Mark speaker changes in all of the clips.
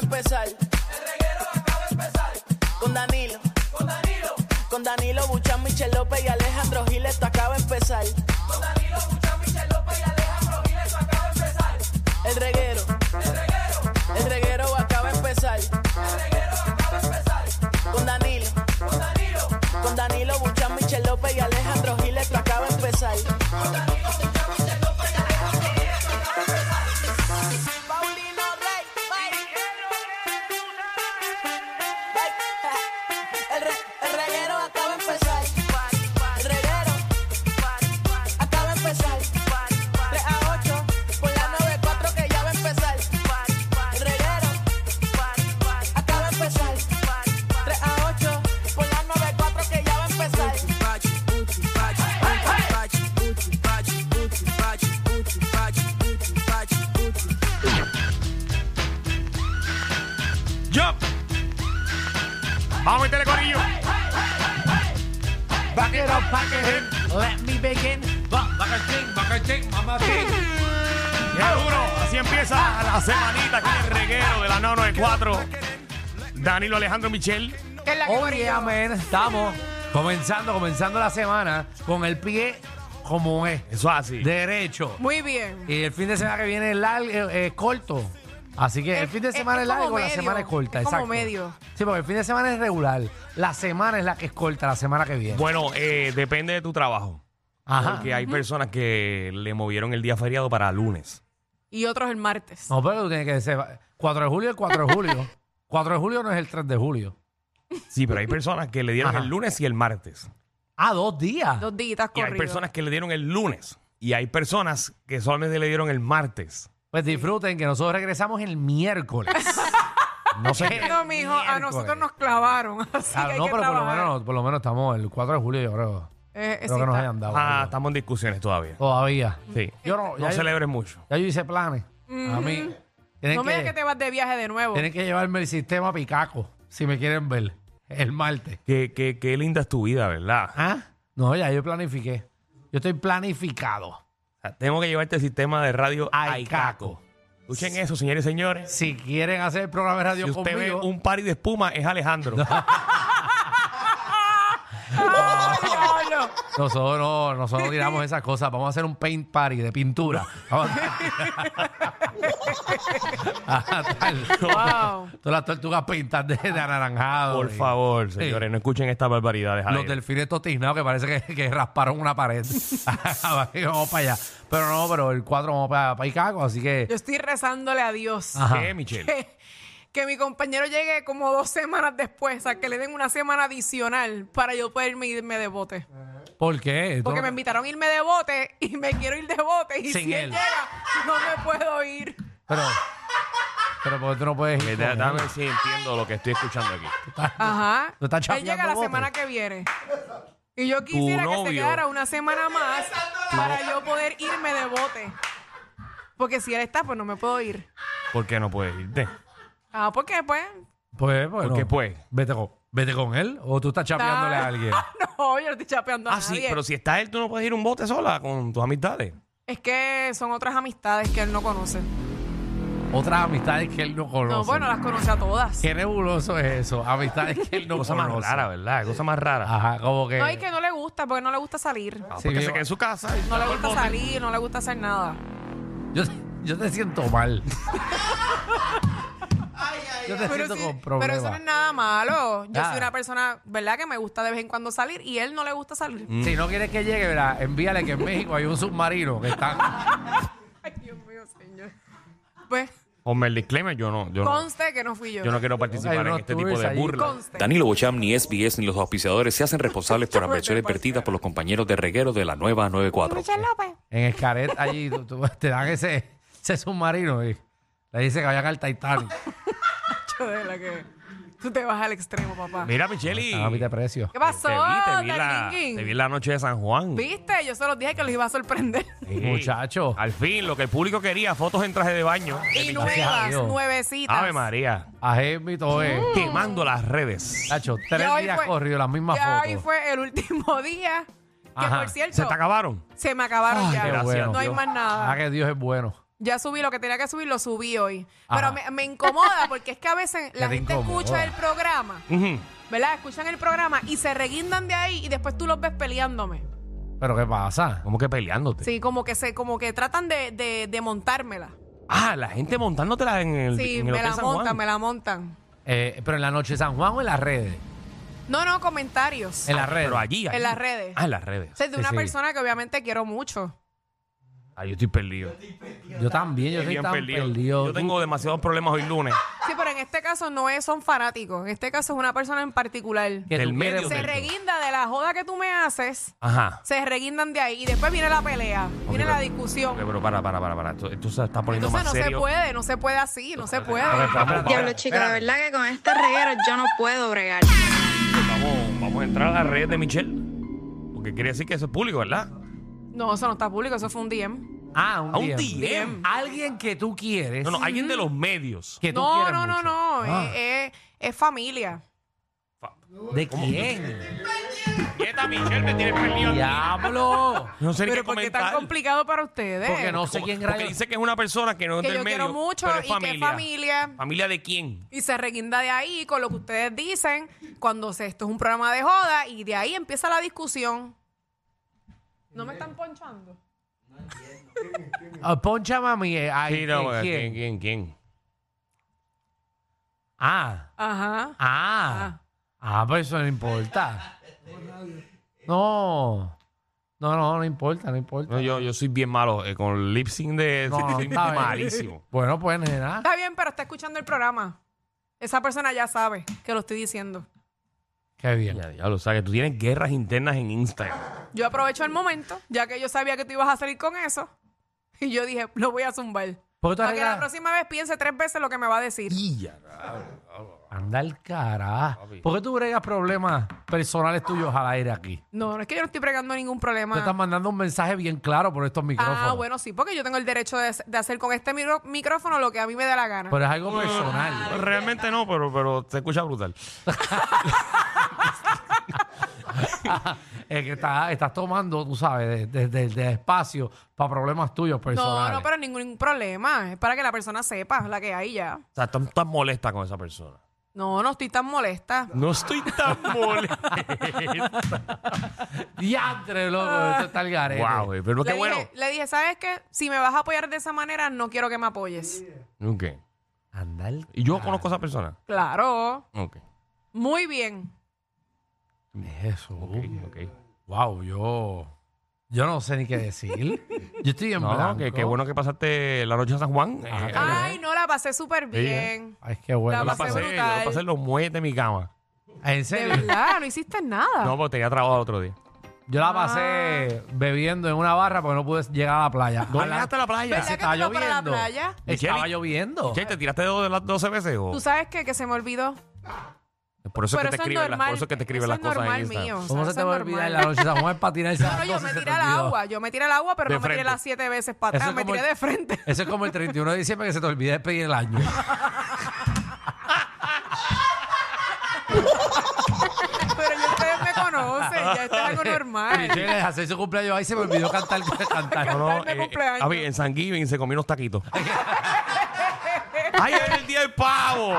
Speaker 1: empezar. El reguero acaba de empezar. Con Danilo. Con Danilo. Con Danilo Buchan, Michel López y Alejandro Gil, esto acaba de empezar. Con Danilo Buchan, Michel López y Alejandro Gil, esto acaba de empezar. El reguero. El reguero. El reguero acaba de empezar. El reguero acaba de empezar. Con Danilo. Con Danilo. Con Danilo Buchan, Michel López y Alejandro Gil, esto acaba de empezar. Con Danilo Buchan, Michel López y Alejandro Gil, esto acaba de empezar. Paulino Rey, Bye. El, re- el reguero acaba de empezar. El reguero acaba de empezar. 3 a 8 por la 94 que ya va a empezar. El reguero acaba de empezar. 3 a 8 por la 94 que ya va a empezar.
Speaker 2: ¡Jump! Vamos a meterle corillo. Back it up, back it in. Let me begin. Ba- back it in, back it in, mama thing. Qué duro. Así empieza la semanita aquí en el reguero de la 994. Danilo Alejandro Michel.
Speaker 3: Oye, amén. Estamos comenzando, comenzando la semana con el pie como es,
Speaker 2: Eso es así.
Speaker 3: derecho.
Speaker 4: Muy bien.
Speaker 3: Y el fin de semana que viene es largo, eh, eh, corto. Así que el
Speaker 4: Es-
Speaker 3: fin de
Speaker 4: es-
Speaker 3: semana es,
Speaker 4: es como
Speaker 3: largo, la
Speaker 4: medio,
Speaker 3: semana es corta.
Speaker 4: es como
Speaker 3: exacto.
Speaker 4: medio.
Speaker 3: Sí, porque el fin de semana es regular. La semana es la que es corta, la semana que viene.
Speaker 2: Bueno, eh, depende de tu trabajo.
Speaker 3: Ajá.
Speaker 2: Porque hay personas que le movieron el día feriado para lunes.
Speaker 4: Y otros el martes.
Speaker 3: No, pero tú tienes que decir, 4 de julio es 4 de julio. 4 de julio no es el 3 de julio.
Speaker 2: Sí, pero hay personas que le dieron
Speaker 3: Ajá.
Speaker 2: el lunes y el martes.
Speaker 3: Ah, dos días.
Speaker 4: Dos días
Speaker 2: Y hay
Speaker 4: corridos.
Speaker 2: personas que le dieron el lunes. Y hay personas que solamente le dieron el martes.
Speaker 3: Pues disfruten que nosotros regresamos el miércoles. No sé. qué
Speaker 4: No, mijo, a
Speaker 3: miércoles.
Speaker 4: nosotros nos clavaron. Así
Speaker 3: Claro,
Speaker 4: que hay
Speaker 3: no,
Speaker 4: que
Speaker 3: pero por lo,
Speaker 4: trabajar.
Speaker 3: menos, por lo menos estamos el 4 de julio, yo creo.
Speaker 4: Eh, eh,
Speaker 3: Creo
Speaker 4: sí,
Speaker 3: que nos
Speaker 4: está.
Speaker 3: hayan dado.
Speaker 2: Ah,
Speaker 3: algo.
Speaker 2: estamos en discusiones todavía.
Speaker 3: Todavía.
Speaker 2: Sí.
Speaker 3: Oh. Yo no, Oh, ya,
Speaker 2: No
Speaker 3: yo-
Speaker 2: celebres mucho.
Speaker 3: ya yo hice planes. A mí. Tienen,
Speaker 4: Mm. No me
Speaker 3: que,
Speaker 4: digas que te vas de viaje de nuevo.
Speaker 3: tienen que llevarme el sistema Picaco, si me quieren ver, el martes.
Speaker 2: Qué, qué- qué linda es tu vida, ¿verdad?
Speaker 3: ¿Ah? No, ya yo planifiqué. Yo estoy planificado.
Speaker 2: O sea, tengo que llevarte el sistema de radio
Speaker 3: Aicaco.
Speaker 2: Aicaco. Escuchen eso, señores y señores.
Speaker 3: Si quieren hacer el programa de radio
Speaker 2: Si usted ve
Speaker 3: conmigo,
Speaker 2: un party de espuma, es Alejandro.
Speaker 4: ¡Ay, diablo!
Speaker 3: nosotros, no, nosotros tiramos esas cosas. Vamos a hacer un paint party de pintura. Vamos a- a tal-
Speaker 4: Wow.
Speaker 3: Todas las tortugas pintas de, de anaranjado.
Speaker 2: Por
Speaker 3: y
Speaker 2: favor, señores, no escuchen estas barbaridades.
Speaker 3: Los
Speaker 2: Javier.
Speaker 3: delfines totisnados que parece que, que rasparon una pared. vamos para allá. Pero no, pero el cuadro vamos para, para Icaco, así
Speaker 4: Yo
Speaker 3: que.
Speaker 4: estoy rezándole a Dios
Speaker 3: Ajá.
Speaker 2: ¿Qué, Michelle?
Speaker 4: que, que mi compañero llegue como dos semanas después, o sea, que le den una semana adicional para yo poder irme- irme de bote.
Speaker 3: ¿Por qué?
Speaker 4: Porque
Speaker 3: Esto-
Speaker 4: me invitaron a irme de bote y me quiero ir de bote y
Speaker 3: Sin
Speaker 4: si
Speaker 3: él.
Speaker 4: él llega, no me puedo ir.
Speaker 3: Pero, pero ¿por qué tú no puedes
Speaker 2: Que
Speaker 3: ir?
Speaker 2: da-
Speaker 3: con
Speaker 2: Dame
Speaker 3: él?
Speaker 2: si entiendo lo que estoy escuchando aquí.
Speaker 4: Ajá.
Speaker 3: ¿Tú estás
Speaker 4: Él
Speaker 3: chapeando
Speaker 4: llega la
Speaker 3: bote?
Speaker 4: semana que viene. Y yo quisiera que
Speaker 2: novio.
Speaker 4: se quedara una semana más para yo poder irme de bote. Porque si él está, pues no me puedo ir.
Speaker 2: ¿Por qué no puedes irte?
Speaker 4: Ah, ¿por qué? Pues.
Speaker 3: Pues, bueno.
Speaker 2: ¿Por qué, pues?
Speaker 3: Vete con, vete con él o tú estás chapeándole a alguien.
Speaker 4: Ah, no, yo no estoy chapeando a
Speaker 2: Ah, sí,
Speaker 4: nadie.
Speaker 2: pero si está él, tú no puedes ir a un bote sola con tus amistades.
Speaker 4: Es que son otras amistades que él no conoce.
Speaker 3: Otras amistades que él no conoce.
Speaker 4: No, bueno, las conoce a todas.
Speaker 3: Qué nebuloso es eso. Amistades que él no
Speaker 2: Cosa
Speaker 3: conoce.
Speaker 2: más rara, ¿verdad? Cosa más rara.
Speaker 3: Ajá, como que.
Speaker 4: No, hay que no le gusta, porque no le gusta salir.
Speaker 2: Ah,
Speaker 3: Ah. Sí,
Speaker 2: porque
Speaker 3: vivo.
Speaker 2: se queda en su casa. y
Speaker 4: No le
Speaker 2: está
Speaker 4: gusta
Speaker 2: con el bote.
Speaker 4: salir, no le gusta hacer nada.
Speaker 3: Yo, yo te siento mal. yo te
Speaker 4: Pero,
Speaker 3: siento
Speaker 4: sí,
Speaker 3: con
Speaker 4: pero
Speaker 3: problemas.
Speaker 4: eso no es nada malo. Yo
Speaker 3: Nada.
Speaker 4: soy una persona, ¿verdad? Que me gusta de vez en cuando salir y él no le gusta salir.
Speaker 3: Si no quieres que llegue, verá, envíale que en México hay un submarino que está.
Speaker 4: Ay, Dios mío, señor. Pues,
Speaker 2: Ponme el disclaimer, yo no, yo no,
Speaker 4: conste que no fui yo.
Speaker 2: yo no quiero
Speaker 3: Hay
Speaker 2: participar en
Speaker 3: unos
Speaker 2: este tipo
Speaker 3: tours
Speaker 2: de
Speaker 3: allí.
Speaker 2: burlas.
Speaker 4: Conste.
Speaker 5: Danilo Bocham, ni SBS, ni los auspiciadores se hacen responsables por Pues adversiones vertidas por los compañeros de reguero de la nueva 94.
Speaker 3: En Escaret, allí tú- tú- te dan ese, ese submarino y le dice que vayan al Titanic.
Speaker 4: Yo de la que... Tú te vas al extremo, papá.
Speaker 2: Mira, Micheli.
Speaker 3: A mí te precio.
Speaker 4: ¿Qué pasó,
Speaker 2: Te vi, te vi, la,
Speaker 4: Darlinguín?
Speaker 2: te vi la noche de San Juan.
Speaker 4: ¿Viste? Yo se los dije que los iba a sorprender.
Speaker 2: Sí.
Speaker 3: Muchacho.
Speaker 2: Al fin, lo que el público quería, fotos en traje de baño.
Speaker 4: Y
Speaker 3: Gracias a
Speaker 4: nuevas,
Speaker 3: Dios.
Speaker 4: nuevecitas.
Speaker 2: Ave María.
Speaker 3: A Gemmi Toé.
Speaker 2: Quemando las redes.
Speaker 3: Chacho,
Speaker 4: Ya
Speaker 3: tres
Speaker 4: hoy
Speaker 3: días
Speaker 4: fue-
Speaker 3: corrido, las mismas
Speaker 4: ya hoy
Speaker 3: fotos.
Speaker 4: fue el último día. Que,
Speaker 3: Ajá.
Speaker 4: por cierto,
Speaker 2: ¿Se te acabaron?
Speaker 4: se me acabaron
Speaker 3: Ay,
Speaker 4: ya.
Speaker 3: qué bueno.
Speaker 4: No hay más nada.
Speaker 3: Ah, que Dios es bueno.
Speaker 4: Ya subí lo que tenía que subir, lo subí hoy.
Speaker 3: Ajá.
Speaker 4: Pero me, me incomoda porque es que a veces la
Speaker 3: te
Speaker 4: gente
Speaker 3: incomoda.
Speaker 4: escucha el programa, ¿verdad? Escuchan el programa y se reguindan de ahí y después tú los ves peleándome.
Speaker 3: ¿Pero qué pasa?
Speaker 2: Como que peleándote.
Speaker 4: Sí, como que se, como que tratan de, de, de montármela.
Speaker 2: Ah, la gente montándotela en el.
Speaker 4: Sí,
Speaker 2: en el
Speaker 4: me
Speaker 2: Hotel
Speaker 4: la
Speaker 2: San
Speaker 4: montan,
Speaker 2: Juan.
Speaker 4: me la montan.
Speaker 3: Eh, ¿Pero en la noche de San Juan o en las redes?
Speaker 4: No, no, comentarios.
Speaker 3: En las redes.
Speaker 2: Ah, Pero allí, allí.
Speaker 4: En las redes.
Speaker 2: Ah, en las redes.
Speaker 4: O sea, de
Speaker 3: sí,
Speaker 4: una
Speaker 3: sí.
Speaker 4: persona que obviamente quiero mucho.
Speaker 2: Ah, yo estoy perdido.
Speaker 3: Yo también, yo soy
Speaker 2: Bien
Speaker 3: tan
Speaker 2: perdido.
Speaker 3: perdido.
Speaker 2: Yo tengo demasiados problemas hoy lunes.
Speaker 4: Sí, pero en este caso no es, son fanáticos. En este caso es una persona en particular.
Speaker 3: Que
Speaker 2: del
Speaker 3: tú
Speaker 2: medio
Speaker 3: quieres-
Speaker 4: Se
Speaker 2: del-
Speaker 4: reguinda de la joda que tú me haces,
Speaker 2: Ajá.
Speaker 4: se reguindan de ahí y después viene la pelea, viene
Speaker 2: Ok,
Speaker 4: la
Speaker 2: pero-
Speaker 4: discusión.
Speaker 2: Ok, pero para, para, para, para. Esto, esto se está poniendo
Speaker 4: Entonces no
Speaker 2: más serio.
Speaker 4: se puede, no se puede así, no se puede.
Speaker 2: A ver, espérate, espérate,
Speaker 6: Diablo, chicos, de
Speaker 3: espérate.
Speaker 6: verdad que con este reguero yo no puedo bregar.
Speaker 2: Vamos, vamos a entrar a las redes de Michelle. Porque quiere decir que eso es público, ¿verdad?
Speaker 4: No, eso no está público, eso fue un DM.
Speaker 3: Ah, un,
Speaker 2: A un
Speaker 3: DM.
Speaker 2: DM.
Speaker 3: Alguien que tú quieres.
Speaker 2: No, no, alguien de los medios.
Speaker 3: Que tú
Speaker 4: No,
Speaker 3: quieres
Speaker 4: no, no,
Speaker 3: mucho.
Speaker 4: no, eh,
Speaker 3: Ah,
Speaker 4: es, es- es familia.
Speaker 3: ¿De quién?
Speaker 2: Quieta, Michelle, me tienes perdido. aquí.
Speaker 3: ¡Diablo!
Speaker 2: No sé ni
Speaker 4: Pero
Speaker 2: qué
Speaker 4: porque
Speaker 2: comentar.
Speaker 4: tan complicado para ustedes.
Speaker 3: Porque no sé
Speaker 2: Como-
Speaker 3: quién
Speaker 2: porque
Speaker 3: rayos.
Speaker 2: dice que es una persona que no es
Speaker 4: Que
Speaker 2: del
Speaker 4: yo
Speaker 2: medio.
Speaker 4: quiero mucho
Speaker 2: pero
Speaker 4: y
Speaker 2: es
Speaker 4: que es
Speaker 2: familia.
Speaker 4: familia.
Speaker 2: ¿Familia de quién?
Speaker 4: Y se reguinda de ahí con lo que ustedes dicen cuando se- esto es un programa de joda y de ahí empieza la discusión. ¿No me están ponchando?
Speaker 3: Ah, poncha mami. eh, ay,
Speaker 2: Sí, no,
Speaker 3: ¿de
Speaker 2: eh,
Speaker 3: quién?
Speaker 2: ¿quién? ¿Quién? ¿Quién?
Speaker 3: Ah,
Speaker 4: Ajá.
Speaker 3: ah. Ah, pues eso no importa. No. No, no, no importa, no importa.
Speaker 2: No, yo, yo soy bien malo eh, con el lip sync de.
Speaker 3: No, no,
Speaker 2: soy
Speaker 3: está bien.
Speaker 2: malísimo.
Speaker 3: Bueno, pues nena.
Speaker 4: Está bien, pero está escuchando el programa. Esa persona ya sabe que lo estoy diciendo.
Speaker 3: Qué bien.
Speaker 2: Ya, ya lo sabes, tú tienes guerras internas en Instagram.
Speaker 4: Yo aprovecho el momento, ya que yo sabía que tú ibas a salir con eso. Y yo dije, lo voy a zumbar.
Speaker 3: ¿Por qué tú
Speaker 4: Para que la
Speaker 3: arreglas-
Speaker 4: próxima vez piense tres veces lo que me va a decir.
Speaker 3: Anda el carajo. ¿Por qué tú bregas problemas personales tuyos al aire aquí?
Speaker 4: No, no es que yo no estoy pregando ningún
Speaker 3: Te
Speaker 4: problema.
Speaker 3: estás mandando un mensaje bien claro por estos micrófonos.
Speaker 4: Ah, bueno, sí, porque yo tengo el derecho de, de hacer con este micro- micrófono lo que a mí me dé la gana.
Speaker 3: Pero es algo
Speaker 4: Ah.
Speaker 3: personal.
Speaker 2: Realmente no, pero, pero se escucha brutal.
Speaker 3: Es que está- estás tomando, tú sabes, desde de, de- de espacio para problemas tuyos
Speaker 4: no,
Speaker 3: personales.
Speaker 4: no, pero ningún problema. Es para que la persona sepa la que hay ya.
Speaker 2: O sea, estás tan molesta con esa persona.
Speaker 4: No, no estoy tan molesta.
Speaker 2: No estoy tan molesta.
Speaker 3: Diantre, loco,
Speaker 4: Ah.
Speaker 3: esto está el garete.
Speaker 2: wow, güey, pero qué
Speaker 4: le,
Speaker 2: bueno.
Speaker 4: dije, le dije, ¿sabes qué? Si me vas a apoyar de esa manera, no quiero que me apoyes.
Speaker 2: Ok.
Speaker 3: Anda el-
Speaker 2: Y yo conozco a esa persona.
Speaker 4: Claro.
Speaker 2: Ok.
Speaker 4: Muy bien.
Speaker 3: Eso.
Speaker 2: Ok, ok.
Speaker 3: Wow, yo. Yo no sé ni qué decir. yo estoy en
Speaker 2: No,
Speaker 3: blanco.
Speaker 2: que, qué bueno que pasaste la noche en San Juan.
Speaker 3: Ah,
Speaker 2: Eh,
Speaker 4: Ay, no, la pasé súper bien.
Speaker 3: Ay, qué bueno.
Speaker 4: La
Speaker 2: la pasé,
Speaker 4: pasé brutal.
Speaker 2: la pasé en los muelles de mi cama.
Speaker 3: En
Speaker 4: De
Speaker 3: serio.
Speaker 4: verdad, no hiciste nada.
Speaker 2: No, pues, porque tenía trabajo otro día.
Speaker 3: Yo la pasé
Speaker 4: Ah.
Speaker 3: bebiendo en una barra porque no pude llegar a la playa.
Speaker 2: ¿No
Speaker 3: A la-
Speaker 2: llegaste a la playa?
Speaker 3: Se
Speaker 4: ¿Verdad
Speaker 3: estaba
Speaker 4: que tú no para la
Speaker 3: lloviendo.
Speaker 4: playa?
Speaker 3: Estaba
Speaker 2: Michelle,
Speaker 3: lloviendo.
Speaker 2: Che, ¿te tiraste de las 12 veces? o?
Speaker 4: ¿Tú sabes qué? Que se me olvidó.
Speaker 2: Por eso es
Speaker 4: Pero
Speaker 2: que te
Speaker 4: eso es
Speaker 2: escriben las,
Speaker 4: normal.
Speaker 2: por eso es que te escriben
Speaker 4: Eso
Speaker 2: las
Speaker 4: es
Speaker 2: cosas
Speaker 4: normal
Speaker 2: en Instagram.
Speaker 4: mío. O sea,
Speaker 3: ¿Cómo se
Speaker 4: eso
Speaker 3: te
Speaker 4: es
Speaker 3: va a olvidar
Speaker 4: normal.
Speaker 3: la noche de San Juan para tirarse
Speaker 4: No, no, yo me tiré al agua. Yo me tiré al agua, pero
Speaker 2: De
Speaker 4: no me tiré
Speaker 2: frente.
Speaker 4: las siete veces para
Speaker 3: Eso
Speaker 4: atrás.
Speaker 3: es
Speaker 4: Me
Speaker 3: como
Speaker 4: tiré
Speaker 3: el-
Speaker 4: de frente.
Speaker 3: Eso es como el 31 de diciembre que se te olvida despedir el año.
Speaker 4: Pero ya ustedes me conocen. Ya esto es algo normal.
Speaker 3: Michelle, hacer su cumpleaños ahí se me olvidó cantar. cantar.
Speaker 2: No, no,
Speaker 4: Cantarme
Speaker 2: eh,
Speaker 4: cumpleaños.
Speaker 2: a mí, en San Giving se comió unos taquitos. ¡Ay, era el día del pavo!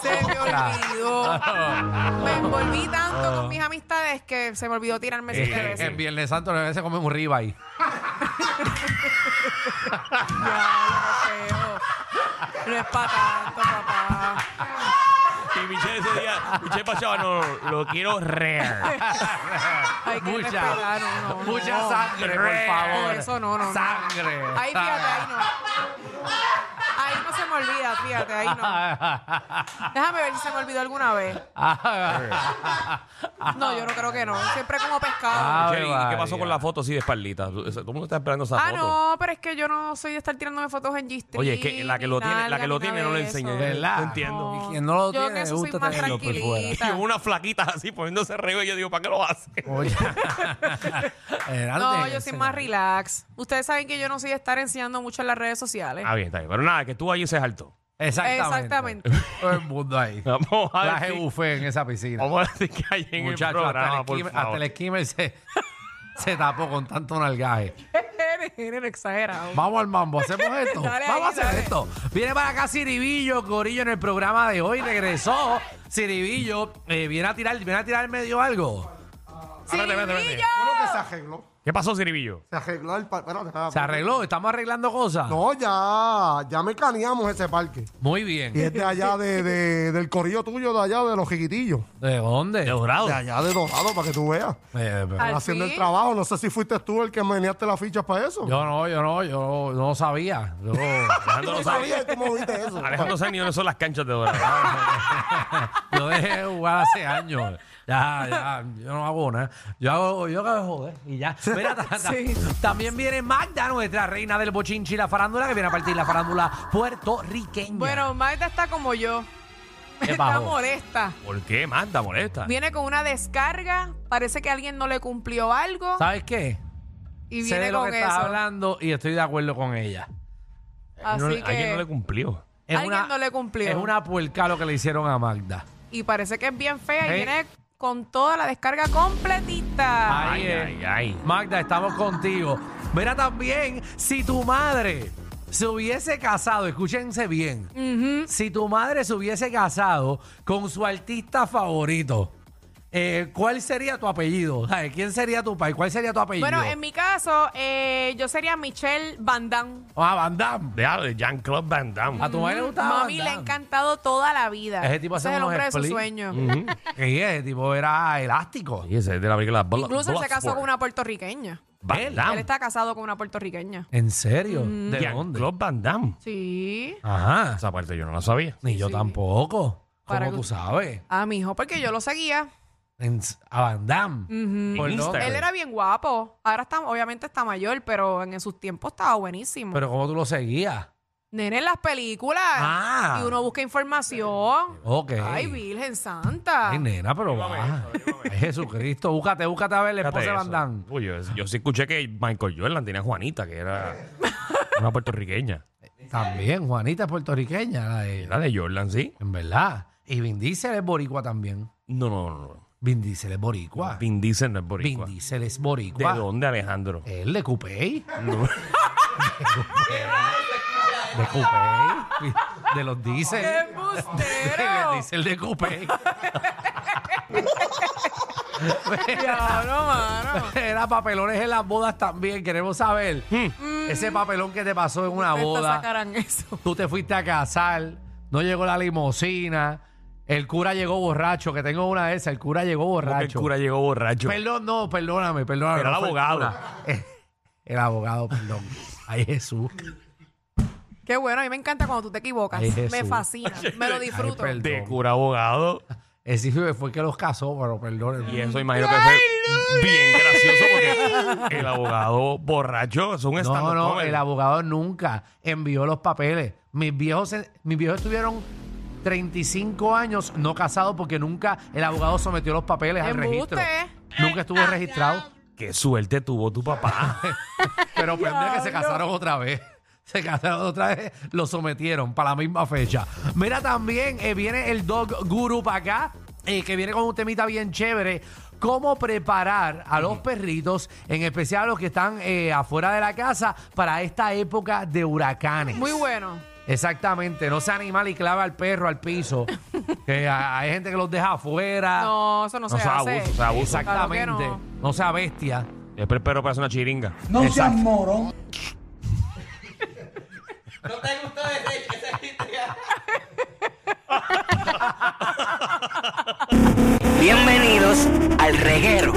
Speaker 4: Se me
Speaker 2: Ah.
Speaker 4: olvidó. Me envolví tanto con mis amistades que se me olvidó tirarme siete
Speaker 3: Eh,
Speaker 4: veces.
Speaker 3: En Viernes Santo a veces comen un ribeye.
Speaker 4: Ya, lo feo. No es para tanto, papá.
Speaker 2: Y Michelle ese día, Michelle Pachaba, no, no, lo quiero rare.
Speaker 4: Hay que
Speaker 3: Mucha,
Speaker 4: respetar, no, no,
Speaker 3: mucha
Speaker 4: no.
Speaker 3: sangre, por favor.
Speaker 4: Eso no, no, no.
Speaker 3: Sangre.
Speaker 4: Ahí fíjate, ahí no. Ahí no se me olvida, fíjate, ahí no. Déjame ver si se me olvidó alguna vez. No, yo no creo que no. Siempre como pescado.
Speaker 3: Ah,
Speaker 2: Michelle, ¿y qué pasó
Speaker 3: María.
Speaker 2: con la foto así de espaldita? Todo el mundo está esperando esa
Speaker 4: Ah,
Speaker 2: foto.
Speaker 4: no, pero es que yo no soy de estar tirándome fotos en G-Street.
Speaker 2: Oye, es que la que lo
Speaker 4: ni
Speaker 2: tiene, la que
Speaker 4: nalgas,
Speaker 2: lo
Speaker 4: ni
Speaker 2: tiene
Speaker 4: nada
Speaker 2: no lo
Speaker 4: de
Speaker 2: enseña.
Speaker 4: eso.
Speaker 3: ¿Verdad?
Speaker 2: No entiendo.
Speaker 3: Y quien no lo
Speaker 4: Yo
Speaker 3: tiene,
Speaker 4: que
Speaker 3: le
Speaker 4: eso soy
Speaker 3: gusta
Speaker 4: más
Speaker 3: tenerlo por fuera.
Speaker 4: tranquilita.
Speaker 2: Y unas flaquitas así poniéndose reo y yo digo, ¿para qué lo hace?
Speaker 3: Oye. Era,
Speaker 4: No,
Speaker 3: tiene que
Speaker 4: yo soy más
Speaker 3: enseñar.
Speaker 4: relax. Ustedes saben que yo no soy de estar enseñando mucho en las redes sociales.
Speaker 2: Ah, bien, está bien. Pero nada, que tú allí se saltó.
Speaker 3: Exactamente.
Speaker 4: Exactamente.
Speaker 3: Todo el mundo ahí.
Speaker 2: Vamos a
Speaker 3: Traje
Speaker 2: decir,
Speaker 3: buffet en esa piscina.
Speaker 2: vamos a decir que hay en el
Speaker 3: Muchachos, hasta,
Speaker 2: programa,
Speaker 3: el
Speaker 2: por
Speaker 3: esquime- hasta
Speaker 2: favor.
Speaker 3: el esquime se, se tapó con tanto nalgaje.
Speaker 4: Eres género exagerado.
Speaker 3: Vamos al mambo, hacemos esto.
Speaker 4: Dale ahí,
Speaker 3: Vamos a hacer
Speaker 4: dale.
Speaker 3: esto. Viene para acá Ciribillo, Corillo, en el programa de hoy. Regresó. Ciribillo, eh, viene a tirar, viene a tirar medio algo.
Speaker 2: Espérate, espérate, espérate.
Speaker 4: ¡Ciribillo!
Speaker 7: Bueno, que se arregló.
Speaker 2: ¿Qué pasó, Ciribillo?
Speaker 7: Se arregló el parque.
Speaker 3: Se arregló, estamos arreglando cosas.
Speaker 7: No, ya, ya mecaneamos ese parque.
Speaker 3: Muy
Speaker 7: Y
Speaker 3: bien.
Speaker 7: es de allá de, de- del corrillo tuyo, de allá de los jiquitillos.
Speaker 3: ¿De dónde?
Speaker 2: Dorado.
Speaker 7: De allá de Dorado, para que tú veas.
Speaker 3: Eh, pero-
Speaker 4: Al
Speaker 7: Haciendo el
Speaker 4: fin.
Speaker 7: trabajo. No sé si fuiste tú el que meneaste las fichas para eso.
Speaker 3: Yo no, yo no, yo no sabía. Yo- Ah,
Speaker 2: Alejandro
Speaker 7: no
Speaker 2: no sabe.
Speaker 7: sabía cómo viste eso.
Speaker 2: Alejandro sabe ni dónde son las canchas de Dorado.
Speaker 3: Yo dejé de jugar hace años. Ya, ya, yo no hago nada. Yo hago, yo hago de joder y ya. Mira, ta- ta-
Speaker 4: Sí.
Speaker 3: también viene Magda, nuestra reina del bochinchi y la farándula, que viene a partir la farándula puertorriqueña.
Speaker 4: Bueno, Magda está como yo.
Speaker 3: ¿Qué
Speaker 4: Está
Speaker 3: bajó?
Speaker 4: molesta.
Speaker 2: ¿Por qué? Manda, molesta.
Speaker 4: Viene con una descarga. Parece que alguien no le cumplió algo.
Speaker 3: ¿sabes qué?
Speaker 4: Y
Speaker 3: Sé
Speaker 4: viene
Speaker 3: de lo
Speaker 4: con
Speaker 3: que
Speaker 4: eso.
Speaker 3: estás hablando y estoy de acuerdo con ella.
Speaker 2: No,
Speaker 4: Así
Speaker 2: Alguien no le
Speaker 4: que.
Speaker 2: cumplió.
Speaker 4: Alguien no le cumplió.
Speaker 3: Es una puerca lo que le hicieron a Magda.
Speaker 4: Y parece que es bien fea.
Speaker 3: Sí.
Speaker 4: Y viene con toda la descarga completita.
Speaker 3: Ahí
Speaker 2: Ay,
Speaker 3: es.
Speaker 2: ay, ay.
Speaker 3: Magda, estamos contigo. Mira también, si tu madre se hubiese casado, escúchense bien, si tu madre se hubiese casado con su artista favorito, eh, ¿cuál sería tu apellido? O sea, ¿Quién sería tu país? ¿Cuál sería tu apellido?
Speaker 4: Bueno, em, en mi caso, eh, yo sería Michelle Van Damme.
Speaker 3: Ah, Van Damme.
Speaker 2: De de Jean-Claude Van Damme.
Speaker 3: A tu madre le gustaba
Speaker 4: mm,
Speaker 3: Van
Speaker 4: Mami le ha
Speaker 3: Damme.
Speaker 4: encantado toda la vida.
Speaker 3: Ese tipo
Speaker 4: Ese
Speaker 3: hace
Speaker 4: es el
Speaker 3: unos
Speaker 4: hombre de su
Speaker 3: split. Mm.
Speaker 4: sueño.
Speaker 3: Sí, ese tipo era elástico.
Speaker 2: Y ese es de la película Blo-
Speaker 4: Incluso él se casó
Speaker 2: Bloodsport.
Speaker 4: con una puertorriqueña.
Speaker 2: Van
Speaker 4: Él
Speaker 2: Damme.
Speaker 4: está casado con una puertorriqueña.
Speaker 3: ¿En serio? ¿De dónde?
Speaker 2: Jean-Claude Van Damme.
Speaker 4: Sí.
Speaker 3: Ajá.
Speaker 2: Esa parte yo no la sabía.
Speaker 3: Ni yo tampoco.
Speaker 4: Para
Speaker 3: Como
Speaker 4: que-
Speaker 3: tú sabes.
Speaker 4: Ah, mi hijo, porque yo lo seguía.
Speaker 3: En, a Van Damme. ¿Por
Speaker 2: En
Speaker 3: dónde?
Speaker 2: Instagram.
Speaker 4: Él era bien guapo. Ahora está, obviamente está mayor, pero en sus tiempos estaba buenísimo.
Speaker 3: Pero ¿cómo tú lo seguías?
Speaker 4: Nene en las películas.
Speaker 3: Ah.
Speaker 4: Y uno busca información.
Speaker 3: Ok.
Speaker 4: Ay, Virgen Santa.
Speaker 3: Ay, nena, pero baja. Ay, Jesucristo, búscate, búscate a ver la esposa
Speaker 2: Fíjate
Speaker 3: de Van
Speaker 2: eso.
Speaker 3: Damme.
Speaker 2: Uy, yo, yo sí escuché que Michael Jordan tenía a Juanita, que era una puertorriqueña.
Speaker 3: También, Juanita es puertorriqueña, la de
Speaker 2: Era de Jordan, ¿sí?
Speaker 3: En verdad. Y Vin Diesel es boricua también.
Speaker 2: No, no, no, no.
Speaker 3: Vin Diesel es boricua.
Speaker 2: Vin Diesel no es
Speaker 3: Vin
Speaker 2: boricua.
Speaker 3: Diesel es
Speaker 2: ¿De
Speaker 3: boricua.
Speaker 2: dónde, Alejandro?
Speaker 3: Él de Coupé. De Coupé. De los Diesel.
Speaker 4: ¡Qué
Speaker 3: Vin
Speaker 4: embustero!
Speaker 3: Diesel de Coupé.
Speaker 4: Diablo, mano.
Speaker 3: Era papelones en las bodas también. Queremos saber ese papelón que te pasó en una
Speaker 4: Estas
Speaker 3: boda.
Speaker 4: sacarán eso.
Speaker 3: tú te fuiste a casar, no llegó la limusina, el cura llegó borracho, que tengo una de esas, el cura llegó
Speaker 2: ¿Cómo que
Speaker 3: borracho.
Speaker 2: el cura llegó borracho.
Speaker 3: Perdón, no, perdóname, perdóname.
Speaker 2: Era
Speaker 3: no
Speaker 2: el
Speaker 3: fue
Speaker 2: abogado.
Speaker 3: cura. El abogado, perdón. Ay, Jesús.
Speaker 4: Qué bueno, a mí me encanta cuando tú te equivocas.
Speaker 3: Ay,
Speaker 4: me
Speaker 3: Jesús.
Speaker 4: fascina, me lo disfruto.
Speaker 3: Ay, perdón.
Speaker 2: De cura abogado.
Speaker 3: Ese fue- fue el que los casó, pero perdónenme.
Speaker 2: Y eso imagino que fue bien gracioso porque el abogado borracho es un
Speaker 3: No,
Speaker 2: stand-up
Speaker 3: no,
Speaker 2: comedy.
Speaker 3: el abogado nunca envió los papeles. Mis viejos, se- mis viejos estuvieron 35 años no casados porque nunca el abogado sometió los papeles al
Speaker 4: Embuste.
Speaker 3: registro. Nunca estuvo registrado.
Speaker 2: Qué suerte tuvo tu papá.
Speaker 3: Pero prende que se casaron otra vez. Se casaron otra vez, lo sometieron para la misma fecha. Mira, también eh, viene el Dog Guru para acá, eh, que viene con un temita bien chévere. Cómo preparar a los perritos, en especial a los que están eh, afuera de la casa, para esta época de huracanes.
Speaker 4: Muy bueno.
Speaker 3: Exactamente, no sea animal y clava al perro al piso. que a- hay gente que los deja afuera.
Speaker 4: No, eso no,
Speaker 2: No
Speaker 4: se
Speaker 2: sea
Speaker 4: hace.
Speaker 2: abuso, sea abuso.
Speaker 4: Claro que
Speaker 3: Exactamente.
Speaker 4: no.
Speaker 3: no. sea bestia.
Speaker 2: Después el perro parece una chiringa.
Speaker 8: No seas morón.
Speaker 9: Bienvenidos al reguero.